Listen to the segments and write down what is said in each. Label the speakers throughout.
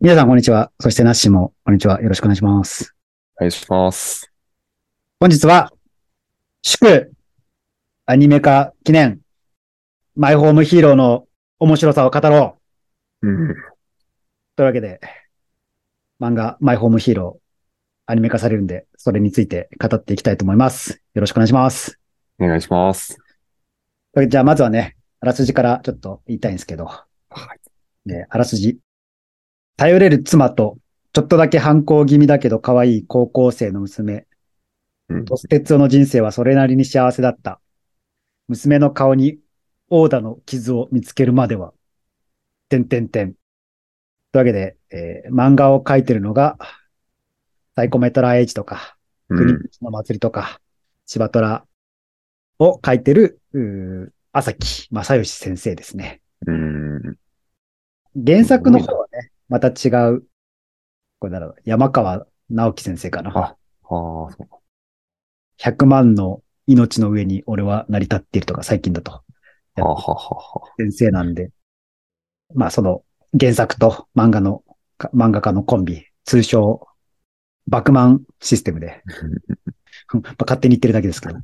Speaker 1: 皆さん、こんにちは。そして、ナッシーも、こんにちは。よろしくお願いします。
Speaker 2: お願いします。
Speaker 1: 本日は、祝、アニメ化記念、マイホームヒーローの面白さを語ろう。
Speaker 2: うん。
Speaker 1: というわけで、漫画、マイホームヒーロー、アニメ化されるんで、それについて語っていきたいと思います。よろしくお願いします。
Speaker 2: お願いします。
Speaker 1: というわけでじゃあ、まずはね、あらすじからちょっと言いたいんですけど。はい。ね、あらすじ。頼れる妻と、ちょっとだけ反抗気味だけど可愛い高校生の娘、
Speaker 2: うん。
Speaker 1: ドステツオの人生はそれなりに幸せだった。娘の顔にオーダの傷を見つけるまでは。てんてんてん。というわけで、えー漫画を描いてるのが、サイコメトラ H とか、
Speaker 2: う
Speaker 1: 国
Speaker 2: ん。
Speaker 1: の祭りとか、千葉虎を書いてる、うー朝木正義先生ですね。
Speaker 2: うん。
Speaker 1: 原作の方はね、また違う、これだろう、山川直樹先生かな。
Speaker 2: あああ、そうか。
Speaker 1: 100万の命の上に俺は成り立っているとか、最近だと。
Speaker 2: あははは。
Speaker 1: 先生なんで。まあ、その原作と漫画の、か漫画家のコンビ、通称、バクマンシステムで。 まあ勝手に言ってるだけですけど。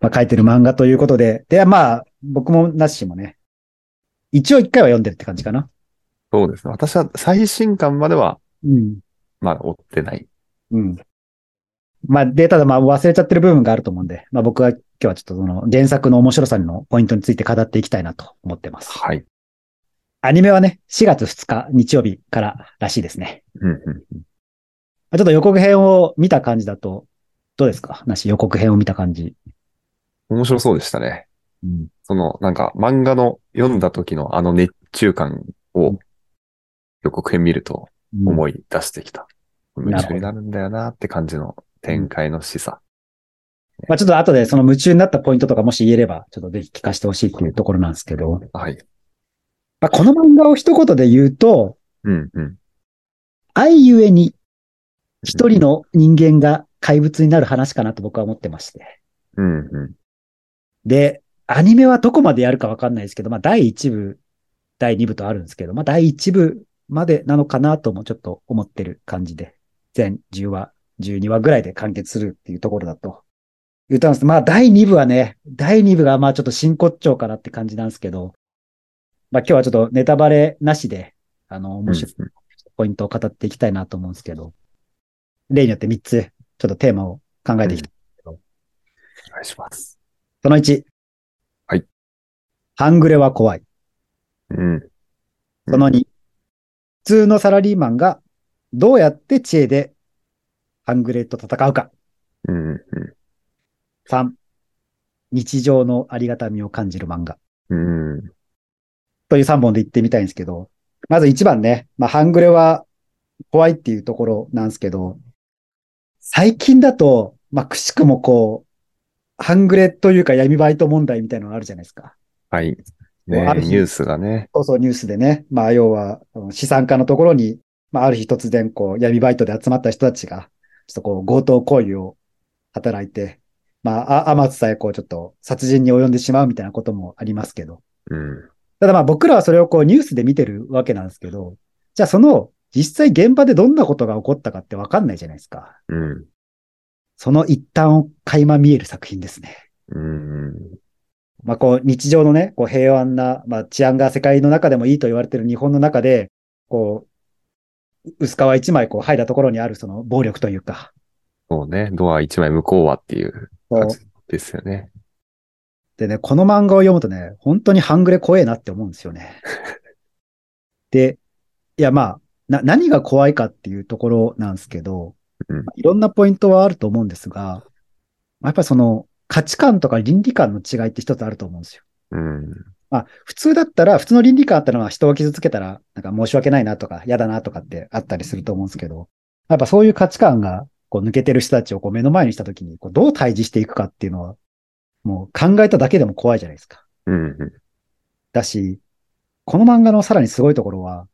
Speaker 1: まあ、書いてる漫画ということで。で、まあ、僕もナッシーもね、一応一回は読んでるって感じかな。
Speaker 2: そうですね。私は最新刊までは、
Speaker 1: うん。
Speaker 2: まあ、追ってない。
Speaker 1: うん。まあ、で、ただまあ、忘れちゃってる部分があると思うんで、まあ僕は今日はちょっとその原作の面白さのポイントについて語っていきたいなと思ってます。
Speaker 2: はい。
Speaker 1: アニメはね、4月2日日曜日かららしいですね。
Speaker 2: うん。うん
Speaker 1: まあちょっと予告編を見た感じだと、どうですかなし、予告編を見た感じ。
Speaker 2: 面白そうでしたね。
Speaker 1: うん。
Speaker 2: その、なんか、漫画の読んだ時のあの熱中感を予告編見ると思い出してきた。夢中になるんだよなって感じの展開の示唆。
Speaker 1: まあちょっと後でその夢中になったポイントとかもし言えれば、ちょっとぜひ聞かせてほしいっていうところなんですけど、
Speaker 2: はい。
Speaker 1: まあ、この漫画を一言で言うと、
Speaker 2: うん。うん。
Speaker 1: 愛ゆえに一人の人間が怪物になる話かなと僕は思ってまして。
Speaker 2: うん。う
Speaker 1: で、アニメはどこまでやるかわかんないですけど、まあ第1部、第2部とあるんですけど、まあ第1部までなのかなともちょっと思ってる感じで、全10話、12話ぐらいで完結するっていうところだと言ったんです。まあ第2部はね、第2部がまあちょっと真骨頂かなって感じなんですけど、まあ今日はちょっとネタバレなしで、あの、
Speaker 2: ん。う
Speaker 1: 面
Speaker 2: ん
Speaker 1: 白いポイントを語っていきたいなと思うんですけど、例によって3つ、ちょっとテーマを考えていきたい。
Speaker 2: お願いします。
Speaker 1: その1。
Speaker 2: はい。
Speaker 1: 半グレは怖い。
Speaker 2: うん。
Speaker 1: その2。普通のサラリーマンがどうやって知恵で半グレと戦うか。
Speaker 2: うん。うん。
Speaker 1: 3。日常のありがたみを感じる漫画。
Speaker 2: うん。
Speaker 1: という3本で言ってみたいんですけど、まず1番ね。まあ、半グレは怖いっていうところなんですけど、最近だと、まあ、くしくもこう、半グレというか闇バイト問題みたいなのがあるじゃないですか。
Speaker 2: はい。ね
Speaker 1: ある日
Speaker 2: ニュースがね。
Speaker 1: そうそう、ニュースでね。まあ、要は、あの資産家のところに、まあ、ある日突然、こう、闇バイトで集まった人たちが、ちょっとこう、強盗行為を働いて、まあ、あ、あまつさえ、こう、ちょっと殺人に及んでしまうみたいなこともありますけど。
Speaker 2: うん。
Speaker 1: ただまあ、僕らはそれをこう、ニュースで見てるわけなんですけど、じゃあその、実際現場でどんなことが起こったかってわかんないじゃないですか。
Speaker 2: うん。
Speaker 1: その一端を垣間見える作品ですね。
Speaker 2: うん。
Speaker 1: まあ、こう日常のね、こう平安な、まあ、治安が世界の中でもいいと言われてる日本の中で、こう、う薄皮一枚こう剥いだところにあるその暴力というか、
Speaker 2: そうね。ドア一枚向こうはっていう感じですよね。
Speaker 1: でね、この漫画を読むとね、本当に半グレ怖えなって思うんですよ ね。で、いやまあ、な、何が怖いかっていうところなんですけど、
Speaker 2: うん
Speaker 1: いろんなポイントはあると思うんですが、まあやっぱりその価値観とか倫理観の違いって一つあると思うんですよ。
Speaker 2: うん。
Speaker 1: まあ、普通だったら、普通の倫理観あったのは人を傷つけたら、なんか申し訳ないなとか、嫌だなとかってあったりすると思うんですけど、やっぱそういう価値観が、こう抜けてる人たちをこう目の前にしたときに、こうどう対峙していくかっていうのは、もう考えただけでも怖いじゃないですか。
Speaker 2: うん。
Speaker 1: だし、この漫画のさらにすごいところは、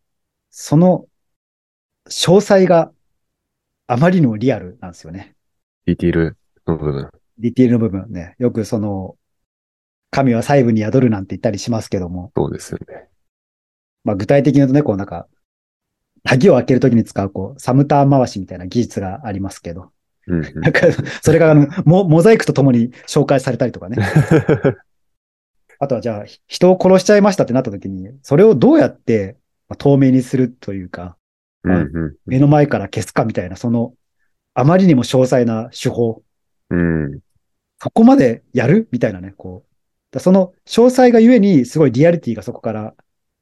Speaker 1: その詳細があまりにもリアルなんですよね。
Speaker 2: ディティールの部分。
Speaker 1: ディティールの部分ね。よくその、神は細部に宿るなんて言ったりしますけども、
Speaker 2: そうですよね。
Speaker 1: まあ、具体的に言うとね、こうなんか、鍵を開けるときに使う、こう、サムター回しみたいな技術がありますけど、
Speaker 2: うん うん
Speaker 1: なんか、それがあのモ、モザイクとともに紹介されたりとかね。あとはじゃあ、ひ人を殺しちゃいましたってなった時に、それをどうやってまあ透明にするというか、
Speaker 2: うんう
Speaker 1: 目の前から消すかみたいな、その、あまりにも詳細な手法、
Speaker 2: ん。うん。
Speaker 1: そこまでやるみたいなね、こう。だその詳細がゆえに、すごいリアリティがそこから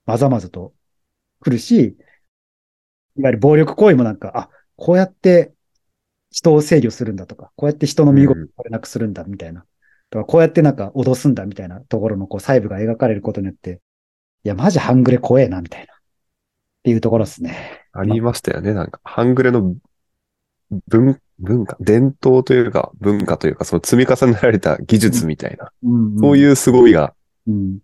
Speaker 1: まざまざと来るし、いわゆる暴力行為もなんか、あ、こうやって人を制御するんだとか、こうやって人の身動きを取れなくするんだみたいな、とか、こうやってなんか脅すんだみたいなところのこう細部が描かれることによって、いや、マジ半グレ怖えな、みたいな。っていうところですね。
Speaker 2: ありましたよね。なんか、半グレの文、文化、伝統というか、文化というか、その積み重ねられた技術みたいな、
Speaker 1: うん、。
Speaker 2: そういうう凄みが
Speaker 1: うん。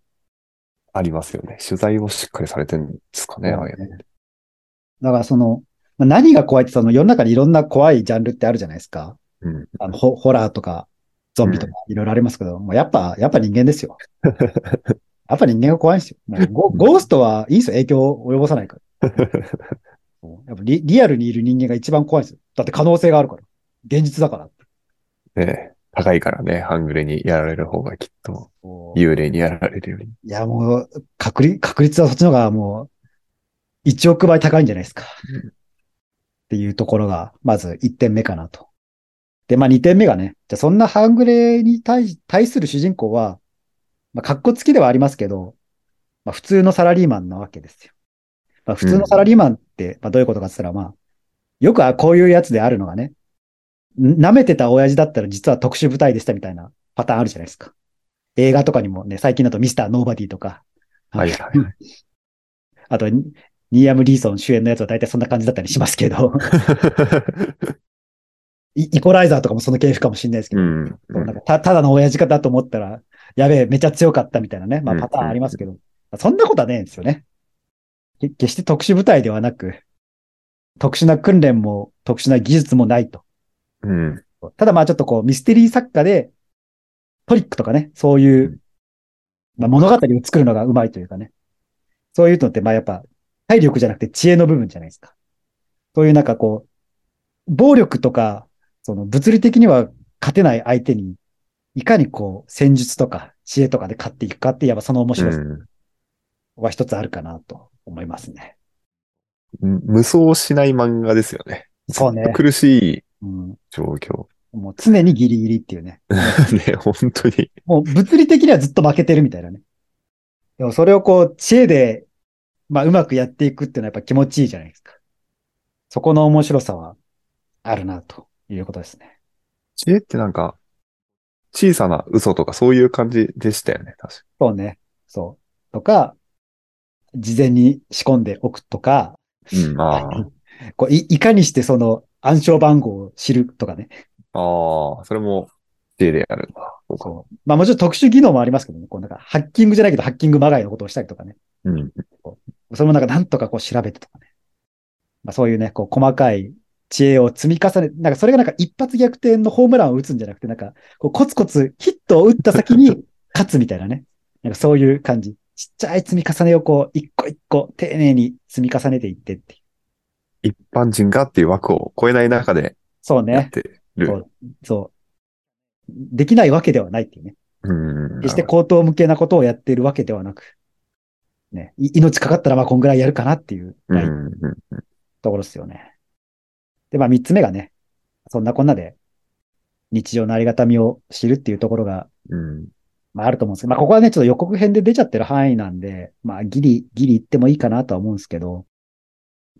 Speaker 2: ありますよね。取材をしっかりされてるんですかね、ああいうの
Speaker 1: だからその、まあ何が怖いって、その世の中にいろんな怖いジャンルってあるじゃないですか。
Speaker 2: うん。
Speaker 1: あのホホラーとか、ゾンビとか、いろいろありますけど、もうやっぱ、やっぱ人間ですよ。 やっぱ人間が怖いんですよ。もうゴゴーストはいいですよ、影響を及ぼさないから。 そうやっぱリリアルにいる人間が一番怖いんですよ。だって可能性があるから。現実だから。
Speaker 2: ねえ高いからね、半グレにやられる方がきっと、
Speaker 1: そうい
Speaker 2: 幽霊にやられるより。
Speaker 1: や、もう確率、確率はそっちの方がもう、1億倍高いんじゃないですか。
Speaker 2: うん
Speaker 1: っていうところが、まず1点目かなと。で、まあ2点目がね、じゃあそんな半グレに対対する主人公は、まあ格好つきではありますけど、まあ普通のサラリーマンなわけですよ。まあ普通のサラリーマンって、まあどういうことかって言ったら、まあ、よくはこういうやつであるのがね、ん舐めてた親父だったら実は特殊部隊でしたみたいなパターンあるじゃないですか。映画とかにもね、最近だとミスターノーバディとか、
Speaker 2: はいはいは
Speaker 1: あとニ、ニーアム・リーソン主演のやつは大体そんな感じだったりしますけど、 イイコライザーとかもその系譜かもしれないですけ
Speaker 2: う
Speaker 1: ど、
Speaker 2: ん。
Speaker 1: そうなんかたただの親父方だと思ったら、やべえ、めちゃ強かったみたいなね、まあ、
Speaker 2: うん
Speaker 1: パターンありますけど、そんなことはないんですよね。け決して特殊部隊ではなく、特殊な訓練も特殊な技術もないと。
Speaker 2: うん。
Speaker 1: ただまあちょっとこうミステリー作家でトリックとかね、そういうう、まあ、物語を作るのがうまいというかね。そういうのってまあやっぱ体力じゃなくて知恵の部分じゃないですか。そういうなんかこう、暴力とか、その物理的には勝てない相手に、いかにこう戦術とか知恵とかで勝っていくかって言えばその面白さ
Speaker 2: うん
Speaker 1: は一つあるかなと思いますね。
Speaker 2: 無双しない漫画ですよね。
Speaker 1: そうね。
Speaker 2: 苦しい
Speaker 1: うん。
Speaker 2: 状況。
Speaker 1: もう常にギリギリっていうね。
Speaker 2: ね、本当に。
Speaker 1: もう物理的にはずっと負けてるみたいなね。でもそれをこう、知恵で、まあ、うまくやっていくっていうのはやっぱ気持ちいいじゃないですか。そこの面白さはあるな、ということですね。
Speaker 2: 知恵ってなんか、小さな嘘とかそういう感じでしたよね、確か
Speaker 1: そうね。そう。とか、事前に仕込んでおくとか、
Speaker 2: に。うん、あー
Speaker 1: こういいかにしてその暗証番号を知るとかね。
Speaker 2: あー、それも知恵でやるんだ。そうか
Speaker 1: そうまあもちろん特殊技能もありますけどね。こうなんかハッキングじゃないけどハッキングまがいのことをしたりとかね。
Speaker 2: うん。
Speaker 1: それもなんかなんとかこう調べてとかね。まあそういうね、こう細かい知恵を積み重ね、なんかそれがなんか一発逆転のホームランを打つんじゃなくて、なんかこうコツコツヒットを打った先に 勝つみたいなね。なんかそういう感じ。ちっちゃい積み重ねをこう一個一個丁寧に積み重ねていってっていう。
Speaker 2: 一般人がっていう枠を超えない中で
Speaker 1: そう
Speaker 2: やっ
Speaker 1: ね。
Speaker 2: てる。
Speaker 1: そうそう。できないわけではないっていうね。
Speaker 2: うん。
Speaker 1: 決して口頭無形なことをやっているわけではなく。ね。い命かかったらまあこんぐらいやるかなっていう。
Speaker 2: うんうんうん。
Speaker 1: ところですよね。で、まあ三つ目がね、そんなこんなで日常のありがたみを知るっていうところが、
Speaker 2: うん。
Speaker 1: まああると思うんですけど、まあここはね、ちょっと予告編で出ちゃってる範囲なんで、まあギリ、ギリ言ってもいいかなとは思うんですけど、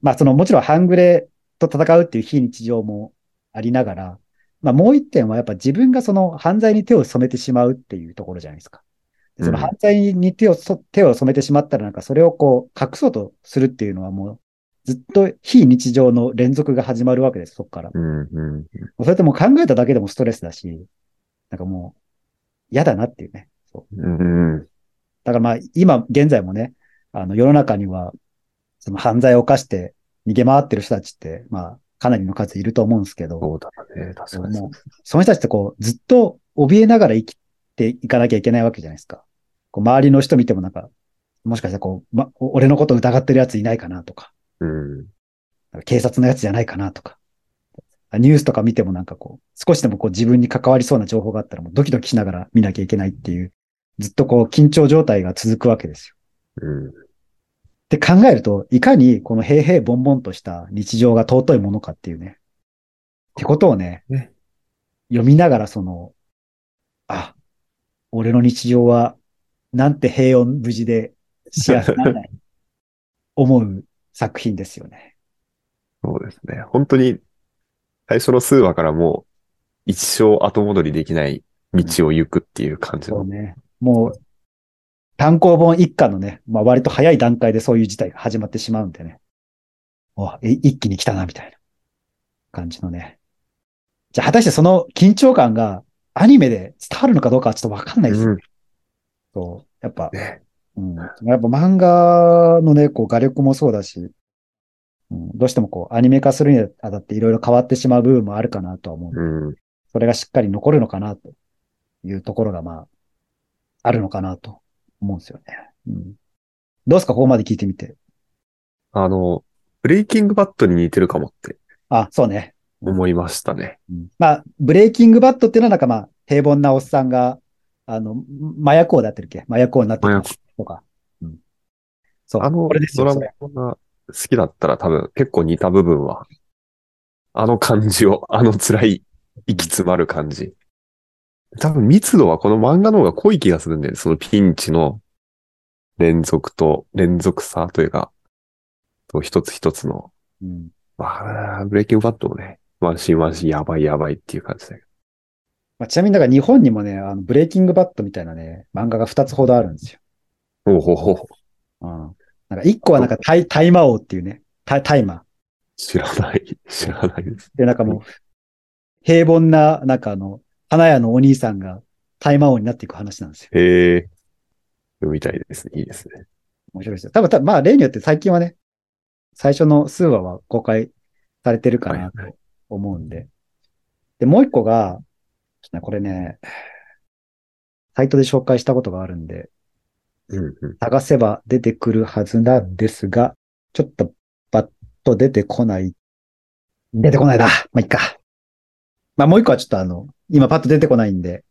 Speaker 1: まあそのもちろん半グレと戦うっていう非日常もありながら、まあもう一点はやっぱ自分がその犯罪に手を染めてしまうっていうところじゃないですか。でその
Speaker 2: うん
Speaker 1: 犯罪に手をそ、手を染めてしまったらなんかそれをこう隠そうとするっていうのはもうずっと非日常の連続が始まるわけです、そこから。
Speaker 2: うんうん。
Speaker 1: それってもう考えただけでもストレスだし、なんかもう嫌だなっていうね。そう
Speaker 2: うんうん。
Speaker 1: だからまあ今現在もね、あの世の中にはその犯罪を犯して逃げ回ってる人たちって、まあかなりの数いると思うんですけど、
Speaker 2: そうだね。確かに。
Speaker 1: もうその人たちってこうずっと怯えながら生きていかなきゃいけないわけじゃないですか。こう周りの人見てもなんか、もしかしたらこう、ま、俺のこと疑ってるやついないかなとか、
Speaker 2: うん。
Speaker 1: 警察のやつじゃないかなとか、ニュースとか見てもなんかこう、少しでもこう自分に関わりそうな情報があったらもうドキドキしながら見なきゃいけないっていう、ずっとこう緊張状態が続くわけですよ。
Speaker 2: うん。
Speaker 1: って考えると、いかにこの平々ボンボンとした日常が尊いものかっていうね。ってことをね、
Speaker 2: ね
Speaker 1: 読みながらその、あ、俺の日常はなんて平穏無事で幸せなんだい思う作品ですよね。
Speaker 2: そうですね。本当に、最初の数話からもう、一生後戻りできない道を行くっていう感じ
Speaker 1: そう
Speaker 2: の。
Speaker 1: ね。もう、単行本一巻のね、まあ割と早い段階でそういう事態が始まってしまうんでね。おい一気に来たな、みたいな感じのね。じゃあ果たしてその緊張感がアニメで伝わるのかどうかはちょっとわかんないです
Speaker 2: うん。
Speaker 1: そうやっぱ、
Speaker 2: ね
Speaker 1: うん、やっぱ漫画のね、こう画力もそうだし、うん、どうしてもこうアニメ化するにあたっていろいろ変わってしまう部分もあるかなとは思うんで
Speaker 2: うん。
Speaker 1: それがしっかり残るのかな、というところが、まあ、あるのかなと思うんですよね。うん。どうですかここまで聞いてみて。
Speaker 2: あの、ブレイキングバットに似てるかもって
Speaker 1: あ、そうね。
Speaker 2: 思いましたね。
Speaker 1: うんまあ、ブレイキングバットっていうのはなんかまあ、平凡なおっさんが、あの、ん麻薬王だってるっけ麻薬王になってるとか。うん。そう。
Speaker 2: あの
Speaker 1: これです
Speaker 2: ド
Speaker 1: よ
Speaker 2: ラ
Speaker 1: そ
Speaker 2: マ
Speaker 1: れ
Speaker 2: が好きだったら多分結構似た部分は、あの感じを、あの辛い、息詰まる感じ。多分密度はこの漫画の方が濃い気がするんだよね。そのピンチの連続と、連続さというか、と一つ一つの、
Speaker 1: うん。
Speaker 2: まあ、ブレイキングバットもね、ワンシーンワンシーンやばいやばいっていう感じだけ
Speaker 1: まあ、ちなみにだから日本にもね、あのブレイキングバットみたいなね、漫画が2つほどあるんですよ。
Speaker 2: ど。おうほうほうほう
Speaker 1: うん。なんか一個はなんかタイ、タイマ王っていうね、タイ、タイマー。
Speaker 2: 知らない、 知らないです。
Speaker 1: で、なんかもう、平凡な、なんかあの、花屋のお兄さんが大魔王になっていく話なんですよ。
Speaker 2: へえ、読みたいですね。いいですね。
Speaker 1: 面白いですよ。多分、多分まあ、例によって最近はね、最初の数話は公開されてるかなと思うんで。で、もう一個が、ちょっとねこれね、サイトで紹介したことがあるんで、
Speaker 2: うんうん。
Speaker 1: 探せば出てくるはずなんですが、ちょっとバッと出てこない。出てこないだ。まあ、いっか。まあ、もう一個はちょっとあの、今パッと出てこないんで、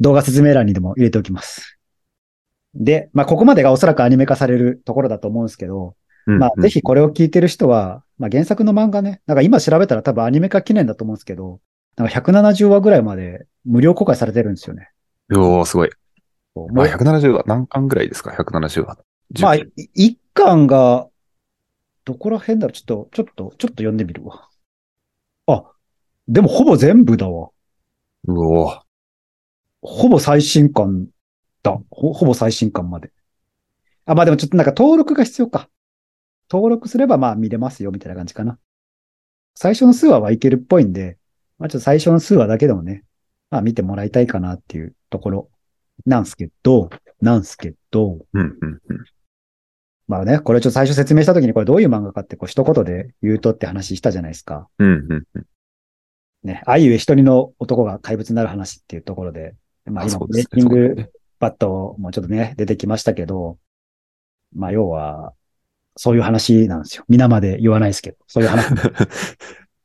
Speaker 1: 動画説明欄にでも入れておきます。で、まあ、ここまでがおそらくアニメ化されるところだと思うんですけど、
Speaker 2: うん
Speaker 1: まあ、
Speaker 2: うん
Speaker 1: ぜひこれを聞いてる人は、まあ、原作の漫画ね、なんか今調べたら多分アニメ化記念だと思うんですけど、なんか170話ぐらいまで無料公開されてるんですよね。
Speaker 2: おー、すごい。
Speaker 1: もう
Speaker 2: まあ、170話、何巻ぐらいですか ?170 話。
Speaker 1: まあ、
Speaker 2: 10
Speaker 1: い一巻が、どこら辺だろうちょっと、ちょっと、ちょっと読んでみるわ。あ、でもほぼ全部だわ。
Speaker 2: うおー
Speaker 1: ほぼ最新巻だ。ほほぼ最新巻まで。あ、まあでもちょっとなんか登録が必要か。登録すればまあ見れますよ、みたいな感じかな。最初の数話はいけるっぽいんで、まあちょっと最初の数話だけでもね、まあ見てもらいたいかなっていうところなんすけど、なんすけど、
Speaker 2: うんうんうん。
Speaker 1: まあね、これちょっと最初説明したときにこれどういう漫画かってこう一言で言うとって話したじゃないですか。
Speaker 2: うん うんうん。
Speaker 1: ね、あいうえ一人の男が怪物になる話っていうところで、まあ今、
Speaker 2: そう
Speaker 1: ブ
Speaker 2: で
Speaker 1: レイ
Speaker 2: す
Speaker 1: キ
Speaker 2: ね
Speaker 1: ン
Speaker 2: そう
Speaker 1: グ
Speaker 2: だね
Speaker 1: バットもちょっとね、出てきましたけど、まあ要は、そういう話なんですよ。皆まで言わないですけど、そういう 話。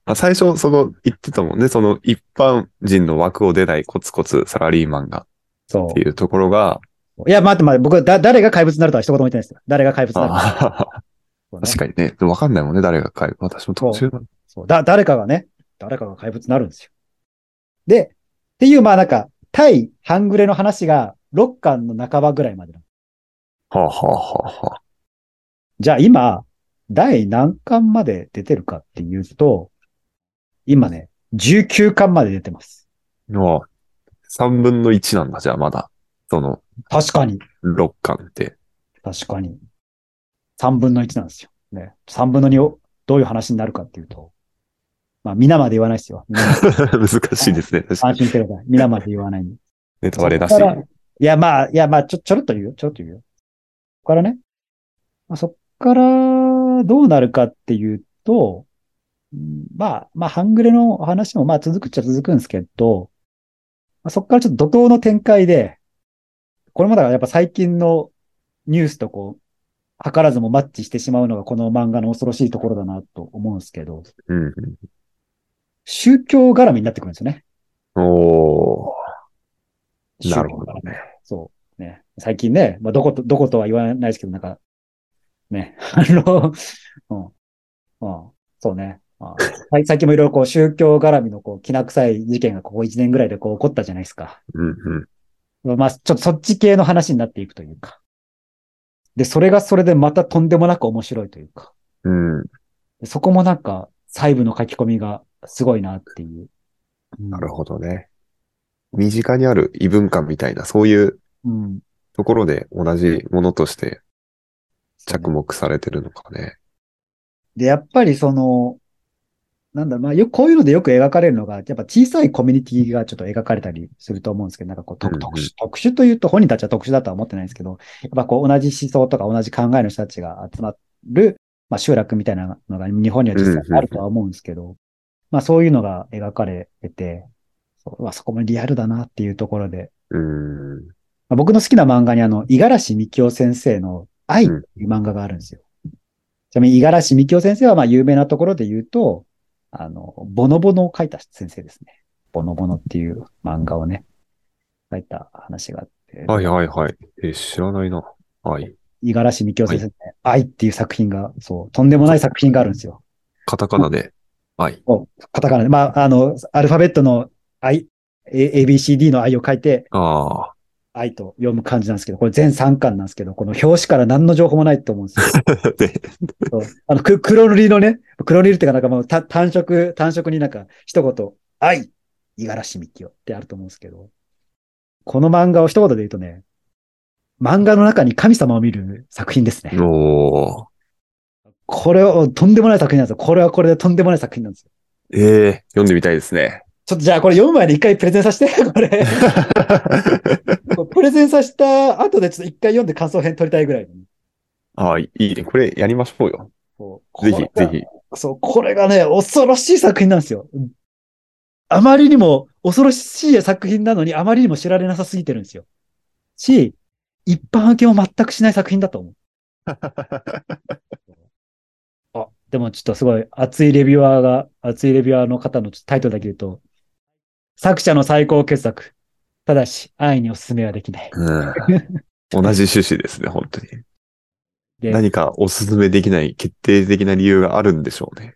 Speaker 2: あ最初、その、言ってたもんね。その、一般人の枠を出ないコツコツサラリーマンが
Speaker 1: そ
Speaker 2: っていうところが、
Speaker 1: う。いや、待って待って、僕はだ、誰が怪物になるとは一言も言ってないですよ。誰が怪物になるか、
Speaker 2: あ
Speaker 1: そう
Speaker 2: ー
Speaker 1: ね
Speaker 2: 確かにね。わかんないもんね、誰が買う。私も途中だ
Speaker 1: そう。だ、誰かがね、誰かが怪物になるんですよ。で、っていう、まあなんか、対半グレの話が6巻の半ばぐらいまでなんです
Speaker 2: はあ、はあはあはあ、
Speaker 1: じゃあ今、第何巻まで出てるかっていうと、今ね、19巻まで出てます。
Speaker 2: もう、3分の1なんだ、じゃあまだ。その、
Speaker 1: 確かに。
Speaker 2: 6巻って。
Speaker 1: 確かに。3分の1なんですよ。ね。3分の2をどういう話になるかっていうと、まあ、皆まで言わないですよ。皆まで
Speaker 2: 難しいですね。確か
Speaker 1: 安心
Speaker 2: に。
Speaker 1: してください。皆まで言わないんで
Speaker 2: ネタバレだし
Speaker 1: そ。っからいや、まあ、いや、まあ、ちょ、ちょろっと言うよ。ちょろっと言うよ。そこからね。まあ、そっから、どうなるかっていうと、うんまあ、まあ、半グレの話も、まあ、続くっちゃ続くんですけど、まあ、そっからちょっと怒涛の展開で、これもだからやっぱ最近のニュースとこう、図らずもマッチしてしまうのがこの漫画の恐ろしいところだなと思うんですけど、
Speaker 2: うん。
Speaker 1: 宗教絡みになってくるんですよね。
Speaker 2: おー。
Speaker 1: 宗
Speaker 2: な
Speaker 1: 教
Speaker 2: るほど
Speaker 1: 絡み
Speaker 2: ね。
Speaker 1: そう。ね。最近ね、まあ、どこと、どことは言わないですけど、なんか、ね、 あの、うん、うん、そうね。あはい最近もいろいろこう宗教絡みのこう、きな臭い事件がここ1年ぐらいでこう起こったじゃないですか。
Speaker 2: うんうん。
Speaker 1: まあ、ちょっとそっち系の話になっていくというか。で、それがそれでまたとんでもなく面白いというか。
Speaker 2: うん。
Speaker 1: でそこもなんか、細部の書き込みがすごいなっていう。な
Speaker 2: なるほどね。身近にある異文化みたいな、そういう
Speaker 1: うん。
Speaker 2: ところで同じものとして着
Speaker 1: 目
Speaker 2: 目されてるのかね。
Speaker 1: で、やっぱりその、なんだろう、まあ、よく、こういうのでよく描かれるのが、やっぱ小さいコミュニティがちょっと描かれたりすると思うんですけど、なんかこう、
Speaker 2: うんう
Speaker 1: 特特
Speaker 2: ん
Speaker 1: 殊、特殊というと、本人たちは特殊だとは思ってないんですけど、やっぱこう、同じ思想とか同じ考えの人たちが集まる、まあ、集落みたいなのが日本には実際あるとは思うんですけど、まあ、そういうのが描かれてて、そううわそこもリアルだなっていうところで、
Speaker 2: うーん。
Speaker 1: まあ僕の好きな漫画にあの、五十嵐美京先生の愛っていう漫画があるんですよ。ちなみに五十嵐美京先生はまあ有名なところで言うと、あの、ボノボノを書いた先生ですね。ボノボノっていう漫画をね、書いた話があって、
Speaker 2: はいはいはい。え、知らないな。はい。
Speaker 1: 五十嵐美京先生のね、愛っていう作品が、そう、とんでもない作品があるんですよ。
Speaker 2: カタカナで。はい。
Speaker 1: カタカナで。まあ、あの、アルファベットの愛、A- ABCD の愛を書いて、
Speaker 2: ああ。
Speaker 1: 愛と読む感じなんですけど、これ全3巻なんですけど、この表紙から何の情報もないと思うんですよ。
Speaker 2: で、
Speaker 1: そうあの、く、黒塗りのね、黒塗りっていうかなんかもうた単色、単色になんか一言、愛、五十嵐美よってあると思うんですけど、この漫画を一言で言うとね、漫画の中に神様を見る作品ですね。
Speaker 2: おー。
Speaker 1: これはとんでもない作品なんですよ。これはこれでとんでもない作品なんですよ。
Speaker 2: ええ読んでみたいですね。
Speaker 1: ちょっとじゃあこれ読む前に一回プレゼンさせて、 これ。これプレゼンさせた後でちょっと一回読んで感想編撮りたいぐらいに。
Speaker 2: ああ、い いね。これやりましょうよ。
Speaker 1: こう
Speaker 2: ぜひ、
Speaker 1: これ
Speaker 2: ぜ
Speaker 1: が
Speaker 2: ひ。
Speaker 1: そう、これがね、恐ろしい作品なんですよ。あまりにも恐ろしい作品なのに、あまりにも知られなさすぎてるんですよ。し、一般受けを全くしない作品だと思う。あ、でもちょっとすごい熱いレビュアーが、熱いレビュアーの方のちょっとタイトルだけ言うと、作者の最高傑作。ただし、安易にお勧めはできない。
Speaker 2: うん。同じ趣旨ですね、本当に。
Speaker 1: で
Speaker 2: 何かおすすめできない決定的な理由があるんでしょうね。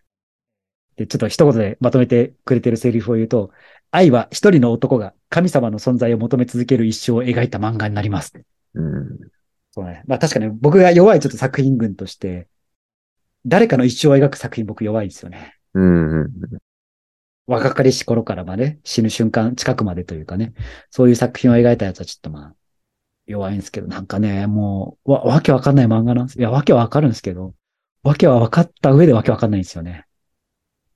Speaker 1: で、ちょっと一言でまとめてくれてるセリフを言うと、愛は一人の男が神様の存在を求め続ける一生を描いた漫画になります。
Speaker 2: うん。
Speaker 1: そうね。まあ確かに僕が弱いちょっと作品群として、誰かの一生を描く作品僕弱いんですよね。
Speaker 2: うん。
Speaker 1: 若かりし頃からまで、死ぬ瞬間近くまでというかね、そういう作品を描いたやつはちょっとまあ、弱いんですけど、なんかね、もう、わ、わけわかんない漫画なんです。いや、わけはわかるんですけど、わけはわかった上でわけわかんないんですよね。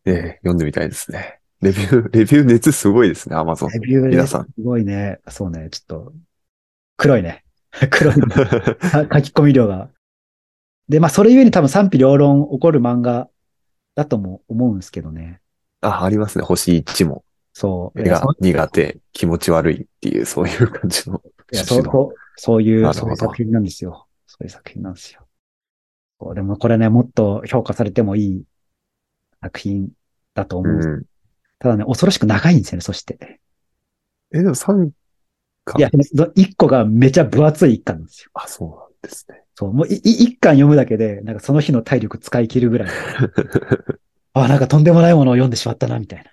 Speaker 2: ええ読んでみたいですね。レビュー、レビュー熱すごいですね、アマゾン
Speaker 1: レ。ビュー
Speaker 2: 皆
Speaker 1: ね
Speaker 2: さん。
Speaker 1: すごいね。そうね、ちょっと、黒いね。 黒いね、か 書き込み量が。で、まあ、それゆえに多分賛否両論起こる漫画だとも思うんですけどね。
Speaker 2: あ、ありますね。星1も。
Speaker 1: そう。
Speaker 2: 絵が苦手、気持ち悪いっていう、そういう感じの
Speaker 1: いや
Speaker 2: 趣
Speaker 1: そう
Speaker 2: 旨の。
Speaker 1: そうそうい
Speaker 2: な
Speaker 1: う、
Speaker 2: る
Speaker 1: そ
Speaker 2: ほ
Speaker 1: うい
Speaker 2: ど
Speaker 1: う作品なんですよ。そういう作品なんですよ。そうでもこれね、もっと評価されてもいい作品だと思う。
Speaker 2: うん。
Speaker 1: ただね、恐ろしく長いんですよね、そして。
Speaker 2: え、でも3巻。
Speaker 1: いや、1個がめちゃ分厚い1巻なんですよ。
Speaker 2: あ、そうなんですね。
Speaker 1: そう、もう1巻読むだけで、なんかその日の体力使い切るぐらい。あ、なんかとんでもないものを読んでしまったな、みたいな。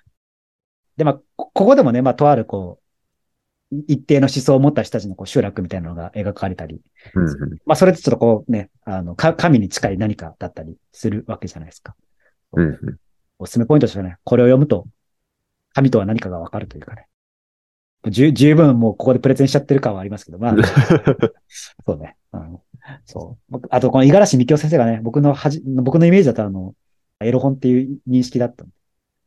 Speaker 1: で、まあ、こここでもね、まあ、とあるこう、い一定の思想を持った人たちのこう集落みたいなのが描かれたり、
Speaker 2: うんうん
Speaker 1: まあ、それってちょっとこうね、あの、か神に近い何かだったりするわけじゃないですか。
Speaker 2: うんうん。
Speaker 1: おすすめポイントとしてはね、これを読むと、神とは何かがわかるというかね。十十分もうここでプレゼンしちゃってる感はありますけど、まあ、そうね。うん、そう。僕あと、この五十嵐美京先生がね、僕のはじ、僕のイメージだとあの、エロ本っていう認識だったん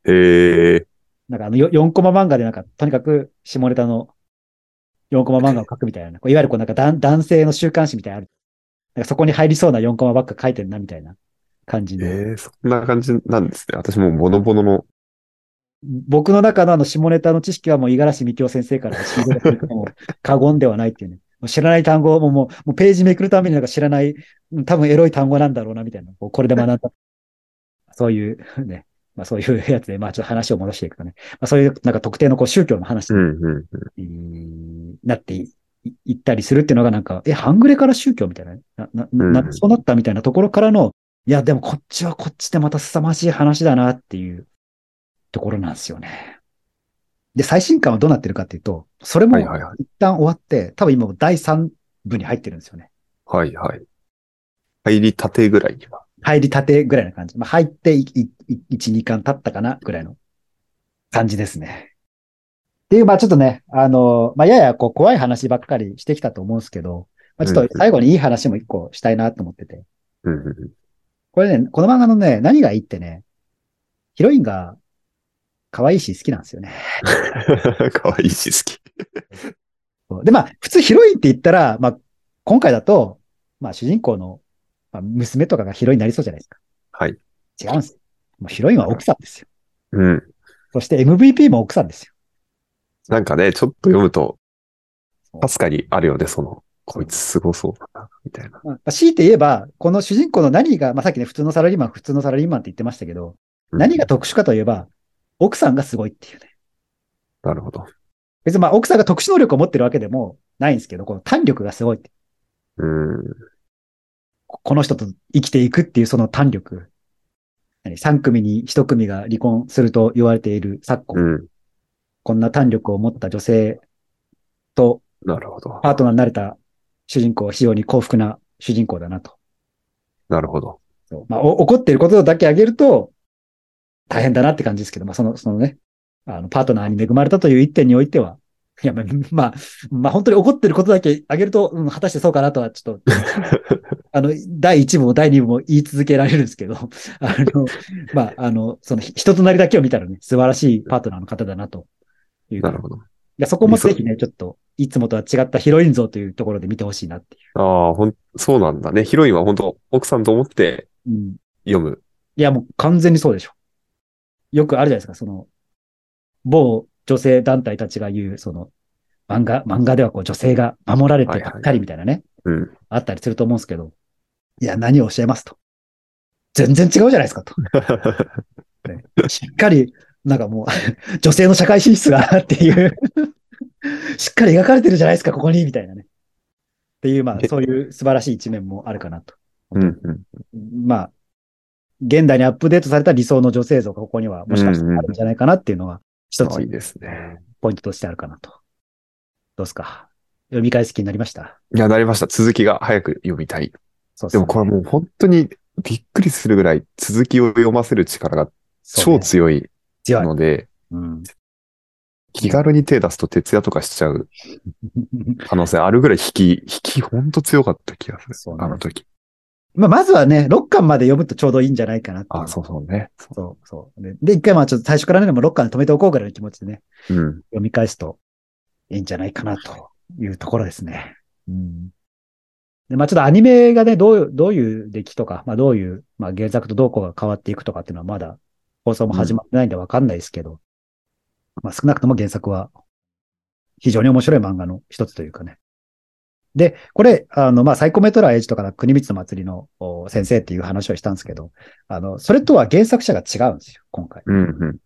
Speaker 1: で。
Speaker 2: へえ。
Speaker 1: なんかあの、よ4コマ漫画でなんか、とにかく下ネタの4コマ漫画を書くみたいな、こういわゆるこうなんか男男性の週刊誌みたいなのある。なんかそこに入りそうな4コマばっか書いてるな、みたいな感じ
Speaker 2: え
Speaker 1: の。
Speaker 2: え、そんな感じなんですね。私もボノボノの、
Speaker 1: 僕の中のあの下ネタの知識はもう五十嵐美京先生から仕入れられてるからもう過言ではないっていうね。もう知らない単語ももう、もうページめくるためになんか知らない、うん多分エロい単語なんだろうな、みたいな。こうこれで学んだ。 そういう、ね。まあそういうやつで、まあちょっと話を戻していくとね。まあそういう、なんか特定のこう宗教の話
Speaker 2: うんうん
Speaker 1: になっていいいったりするっていうのがなんか、え、半グレから宗教みたいな、な、な、な
Speaker 2: うん
Speaker 1: そうなったみたいなところからの、いや、でもこっちはこっちでまた凄まじい話だなっていうところなんですよね。で、最新刊はどうなってるかっていうと、それ
Speaker 2: うん。
Speaker 1: も
Speaker 2: はい
Speaker 1: 一
Speaker 2: はいはい。
Speaker 1: 旦終わって、多分今もう第3部に入ってるんですよね。
Speaker 2: はいはい。入りたてぐらいには。
Speaker 1: 入りたてぐらいな感じ。まあ、入っていいい1、2巻経ったかなぐらいの感じですね。っていう、まあちょっとね、あの、まあややこう怖い話ばっかりしてきたと思うんですけど、まあちょっと最後にいい話も一個したいなと思ってて。
Speaker 2: うんうん うん。
Speaker 1: これね、この漫画のね、何がいいってね、ヒロインが可愛いし好きなんですよね。
Speaker 2: かわいいし好き。
Speaker 1: で、まあ普通ヒロインって言ったら、まあ今回だと、まあ主人公の、まあ、娘とかがヒロインになりそうじゃないですか。
Speaker 2: はい。
Speaker 1: 違うんですよ。もうヒロインは奥さんですよ。
Speaker 2: うん。
Speaker 1: そして MVP も奥さんですよ。
Speaker 2: なんかね、ちょっと読むと
Speaker 1: そう、
Speaker 2: 確かにあるよね、その、こいつすごそうだな、みたいな。
Speaker 1: まあ、強いて言えば、この主人公の何が、まあ、さっきね、普通のサラリーマン、普通のサラリーマンって言ってましたけど、
Speaker 2: うん
Speaker 1: 何が特殊かといえば、奥さんがすごいっていうね。
Speaker 2: なるほど。
Speaker 1: 別にまあ、奥さんが特殊能力を持ってるわけでもないんですけど、この胆力がすごいって。
Speaker 2: うん。
Speaker 1: ここの人と生きていくっていうその胆力。何三組に一組が離婚すると言われている昨今、
Speaker 2: うん。
Speaker 1: こんな胆力を持った女性と
Speaker 2: なるほど。
Speaker 1: パートナーになれた主人公は非常に幸福な主人公だなと。
Speaker 2: なるほど。
Speaker 1: そうまあ、お怒っていることだけ挙げると、大変だなって感じですけど、まあ、その、そのね、あの、パートナーに恵まれたという一点においては、いや、まあ、まあ、まあ、本当に怒ってることだけ挙げると、うん、果たしてそうかなとは、ちょっと、 あの、第1部も第2部も言い続けられるんですけど、あの、まあ、あの、その、人となりだけを見たらね、素晴らしいパートナーの方だなというか
Speaker 2: なるほど。
Speaker 1: いや、そこもぜひね、ちょっと、いつもとは違ったヒロイン像というところで見てほしいなってい
Speaker 2: ああ、ほん、そうなんだね。ヒロインは本当奥さんと思って
Speaker 1: う。うん。
Speaker 2: 読む。
Speaker 1: いや、もう完全にそうでしょ。よくあるじゃないですか、その、某女性団体たちが言う、その、漫画、漫画ではこう女性が守られてばっかりみたいなね、
Speaker 2: うん。
Speaker 1: あったりすると思うんですけど、いや、何をおっしゃいますと。全然違うじゃないですか と。しっかり、なんかもう、 女性の社会進出がっていう、しっかり描かれてるじゃないですか、ここに、みたいなね。っていう、まあ、そういう素晴らしい一面もあるかなと。
Speaker 2: うんうん。
Speaker 1: まあ、現代にアップデートされた理想の女性像がここにはもしかしたらあるんじゃないかなっていうのが一
Speaker 2: ああいい
Speaker 1: つ
Speaker 2: ですね。
Speaker 1: ポイントとしてあるかなと。どうですか読み返す気になりました
Speaker 2: いや、なりました。続きが早く読みたい。
Speaker 1: そう
Speaker 2: でもこれもう本当にびっくりするぐらい続きを読ませる力が超
Speaker 1: そうね
Speaker 2: 強い
Speaker 1: 強い。
Speaker 2: ので、
Speaker 1: うん、
Speaker 2: 気軽に手出すと徹夜とかしちゃう可能性あるぐらい引き、引き本当強かった気がする。
Speaker 1: そうね
Speaker 2: あの時。
Speaker 1: まあ、まずはね、6巻まで読むとちょうどいいんじゃないかなっていう。
Speaker 2: あ、そうそうね。
Speaker 1: そうそうで。で、一回まあちょっと最初からね、でも6巻で止めておこうぐらいの気持ちでね、
Speaker 2: うん。
Speaker 1: 読み返すといいんじゃないかなというところですね。うん。で、まあちょっとアニメがね、どういう、どういう出来とか、まあどういう、まあ原作とどうこうが変わっていくとかっていうのはまだ放送も始まってないんでわかんないですけど、まあ少なくとも原作は非常に面白い漫画の一つというかね。で、これ、あの、まあ、サイコメトラエイジとか国光の祭りのお先生っていう話をしたんですけど、あの、それとは原作者が違うんですよ、今回。
Speaker 2: うんうん。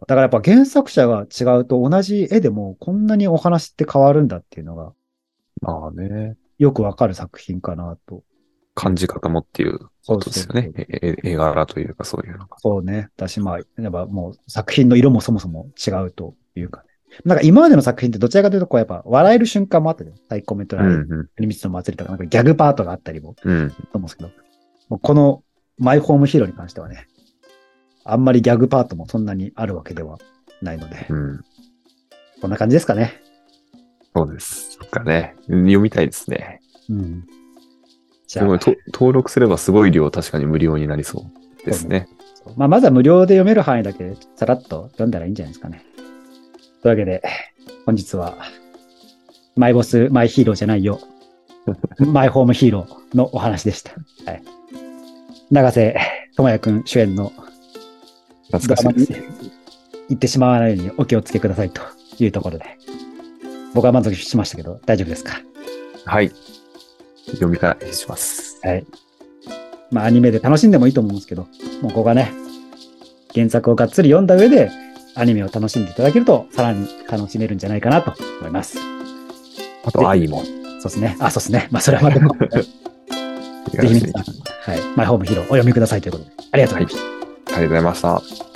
Speaker 1: だからやっぱ原作者が違うと同じ絵でもこんなにお話って変わるんだっていうのが
Speaker 2: ああね。
Speaker 1: よくわかる作品かなと。
Speaker 2: 感じ方もっていう
Speaker 1: そ
Speaker 2: ことですよね。ええ絵柄というかそういうのが。
Speaker 1: そうね。だしまあ、やっぱもう作品の色もそもそも違うというかね。なんか今までの作品ってどちらかというとこうやっぱ笑える瞬間もあったじゃん。太鼓メント
Speaker 2: う
Speaker 1: ライ
Speaker 2: ん
Speaker 1: ン、リミットの祭りとかなんかギャグパートがあったりも
Speaker 2: うん。うん。
Speaker 1: と思うんですけど、もうこのマイホームヒーローに関してはね、あんまりギャグパートもそんなにあるわけではないので、
Speaker 2: うん。
Speaker 1: こんな感じですかね。
Speaker 2: そうです。そっかね。読みたいですね。
Speaker 1: うん。じ
Speaker 2: で
Speaker 1: ゃあ
Speaker 2: も、と登録すればすごい量確かに無料になりそうですね。
Speaker 1: まあ、まずは無料で読める範囲だけさらっと読んだらいいんじゃないですかね。というわけで、本日は、マイボス、マイヒーローじゃないよ。 マイホームヒーローのお話でした。はい。長瀬智也くん主演のド
Speaker 2: 懐
Speaker 1: ラマ
Speaker 2: かしいで
Speaker 1: に
Speaker 2: すね。
Speaker 1: 行ってしまわないようにお気をつけくださいというところで。僕は満足しましたけど、大丈夫ですか
Speaker 2: はい。読みたいします。
Speaker 1: はい。まあ、アニメで楽しんでもいいと思うんですけど、もうここがね、原作をがっつり読んだ上で、アニメを楽しんでいただけると、さらに楽しめるんじゃないかなと思います。そう
Speaker 2: あと、愛も。
Speaker 1: ですね。あ、そうですね。まあ、それ はまた、ぜ
Speaker 2: ぜ
Speaker 1: ひ皆さん、はい。マイホームヒロお読みくださいということで、ありがとうございました。
Speaker 2: ありがとうございました。